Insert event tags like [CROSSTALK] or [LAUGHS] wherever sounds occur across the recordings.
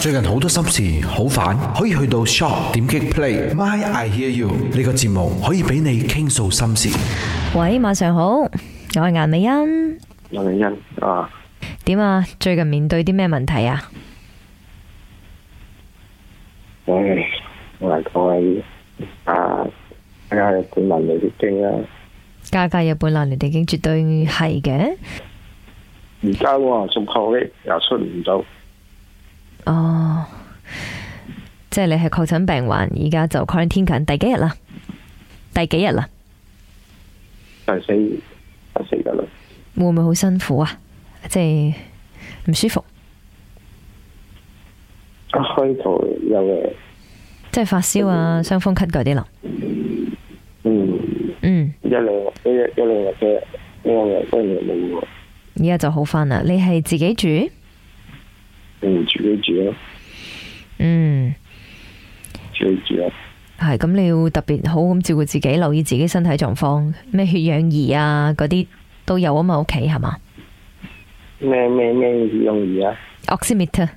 最近好多心事好煩，可以去到 Shop 點擊 Play My I Hear You 呢個節目，可以俾你傾訴心事。喂，晚上好，我系颜美欣。有原因啊，点啊？最近面对啲咩问题啊？唉，我嚟講啊呢啲啊，大家日啊本文嚟啲經啦，家家有本難念的經，絕對係嘅。而家喎仲學咧又出唔到，哦，即係你係確診病患，而家就 quarantine 緊，第幾日啦？第幾日啊啦？第四第四日啦，會唔會好辛苦啊？即係唔舒服，一啊開頭有嘅，即係發燒啊、傷風咳嗰啲啦。嗯，嗯，一兩日一一兩日嘅，一兩日一兩日冇喎，而家就好翻啦。你係自己住？嗯，自己住咯，嗯，自己住咯，係咁，你要特別好咁照顧自己，留意自己身體狀況，咩血氧儀啊嗰啲都有啊嘛，屋企係嘛咩咩咩用語啊， ？oximeter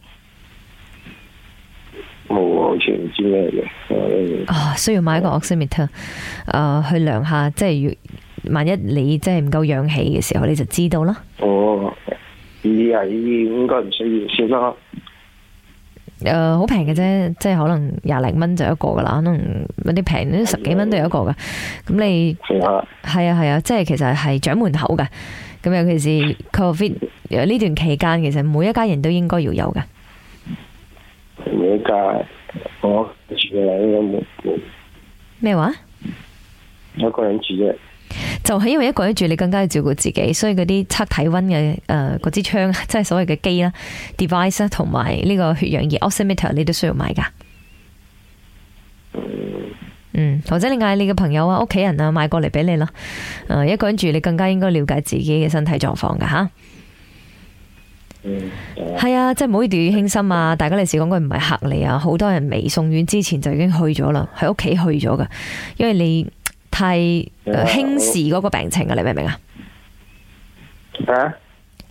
冇喎好似唔知咩嘅，我呢啊，需要買一個哦 oximeter，誒、呃去量下，即係如萬一你真係唔夠氧氣嘅時候，你就知道啦。哦，呢啲啊呢啲應該唔需要先啦，誒、好平嘅啫，即係可能廿零蚊就一個噶啦，可能有啲平啲十幾蚊都有一個噶。咁你係啊，係啊係啊，即係其實係掌門口嘅。咁尤其是 Covid 呃呢段期間，其實每一家人都應該要有嘅。每一家我住嘅啦，應該冇冇。咩話？一個人住啫，就係因為一個人住，你更加要照顧自己，所以嗰啲測體温嘅誒嗰支槍， [LAUGHS] 即係所謂嘅機啦、device 啦，同埋呢個血氧儀 oximeter，你都需要買噶。嗯，或者你嗌你嘅朋友啊、屋企人啊買過嚟俾你啦。誒、一個人住，你更加應該了解自己嘅身體狀況噶吓。嗯，係啊，即係唔好掉以輕心啊！大家嚟時講句唔係嚇你啊，好多人未送院之前就已經去咗啦，喺屋企去咗噶，因為你太誒嗯輕視嗰個病情啊，你明唔明啊？啊，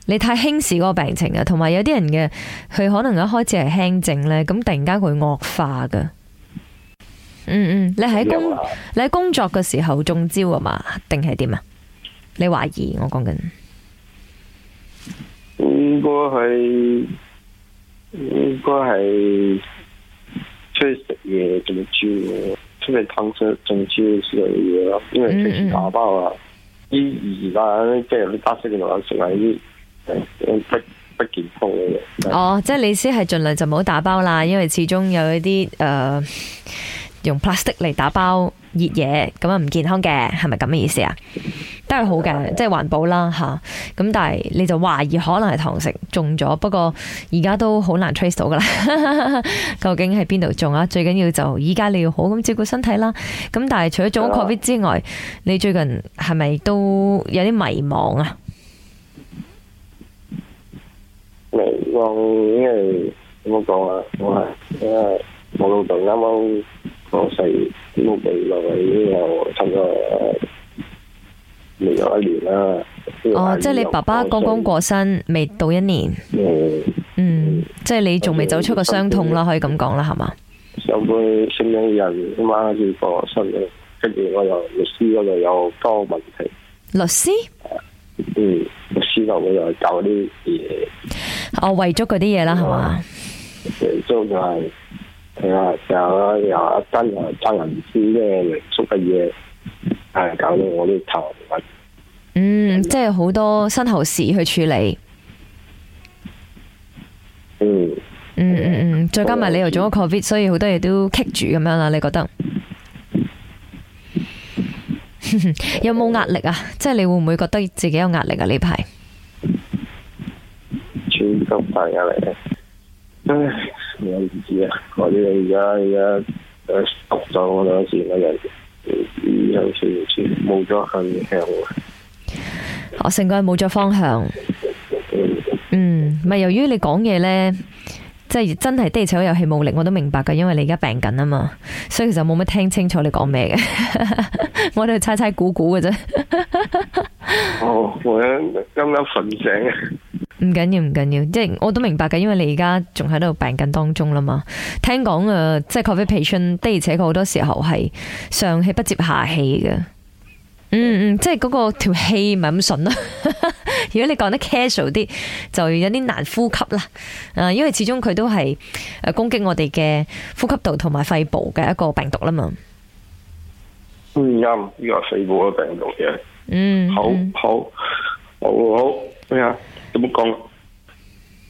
你太輕視嗰個病情啊，同埋有啲人嘅佢可能一開始係輕症呢，咁突然間佢惡化噶。嗯嗯，你喺有工啊你喺工作嘅時候中招啊嘛？定係點啊？你懷疑我講緊應該係應該係出去食嘢中招嘅，出去探水中招之類嘅嘢咯，因為平時打包啊，依而家即係你打死嘅落食啊呢啲誒不不健康嘅嘢，哦，即係你意思係盡量就唔好打包啦，因為始終有一啲诶、呃用 plastic 嚟打包熱嘢，咁啊唔健康嘅，係咪咁嘅意思啊？都係好嘅，即係環保啦吓。咁、但係你就懷疑可能係堂食中咗，不過而家都好難 trace 到噶啦， [LAUGHS] 究竟喺邊度中啊？最緊要就依家你要好咁照顧身體啦。咁但係啊除咗中咗 covid 之外，你最近係咪都有啲迷茫啊？嚟講因為點樣講啊，我係因為我老豆啱啱過世冇幾耐，已經有差唔多誒呃未有一年啦。哦，即係你爸爸剛剛過身，未到一年。誒，嗯，即系你仲未走出個傷痛啦，可以咁講啦，係嘛？上半升咗人，咁啱先過身嘅，跟住我又律師嗰度有多問題，律師，嗯，律師樓我又搞啲嘢，我為咗嗰啲嘢啦，係嘛？誒，租就係係啊，又又一單又爭人唔知咩民宿嘅嘢，係搞到我啲頭唔穩。嗯，即係好多身後事去處理。嗯，嗯嗯嗯，再加埋你又做咗 covid，所以好多嘢都棘住咁樣啦，你覺得？有冇壓力啊？即係你會唔會覺得自己有壓力啊？呢排超級大壓力。唉，我唔知啊，我呢個而家而家誒焗咗我兩次嘅人，以後算唔算冇咗向向啊？我成個人冇咗方向。嗯，嗯，咪由於你講嘢呢，即係真係的而且確有氣無力，我都明白噶，因為你而家病緊啊嘛，所以其實冇乜聽清楚你講咩嘅， [LAUGHS] 我哋猜猜估估嘅啫。哦，我啱啱瞓醒，唔緊要，唔緊要，即係我都明白嘅，因為你而家仲喺度病緊當中啦嘛。聽講啊，即係 covid patient 的而且確好多時候係上氣不接下氣嘅。嗯嗯，即係嗰個條氣唔係咁順啦。 [LAUGHS] 如果你講得 casual 啲，就有啲難呼吸啦。啊，因為始終佢都係誒攻擊我哋嘅呼吸道同埋肺部嘅一個病毒啦嘛。嗯啱，呢個係肺部嘅病毒嘅，嗯，好嗯好好好咩啊？點講？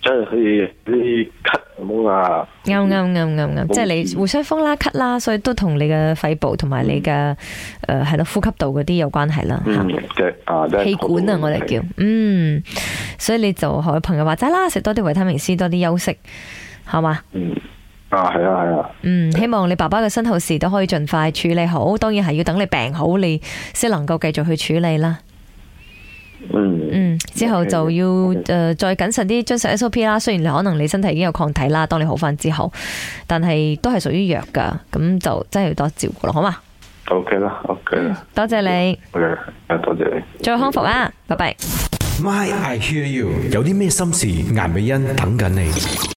即係佢啲咳咁啊，啱啱啱啱啱，即係你互相風啦、咳啦，所以都同你嘅肺部同埋你嘅誒係咯呼吸道嗰啲有關係啦嗯嚇。即係啊，都係氣管啊，我哋叫嗯，所以你就學朋友話齋啦，食多啲維他命 C，多啲休息，好嘛？嗯啊係啊係啊，嗯，希望你爸爸嘅身後事都可以盡快處理好，當然係要等你病好，你先能夠繼續去處理啦。嗯嗯，之後就要誒 OK，OK 再謹慎啲遵守 SOP 啦。雖然可能你身體已經有抗體啦，當你好翻之後，但係都係屬於藥噶，咁就真係要多照顧啦，好嘛？ ，OK 啦 OK 啦多謝你， ，OK 啦啊多謝你。早日康復啊，拜拜。 My I hear you，有啲咩心事，顏美欣等緊你。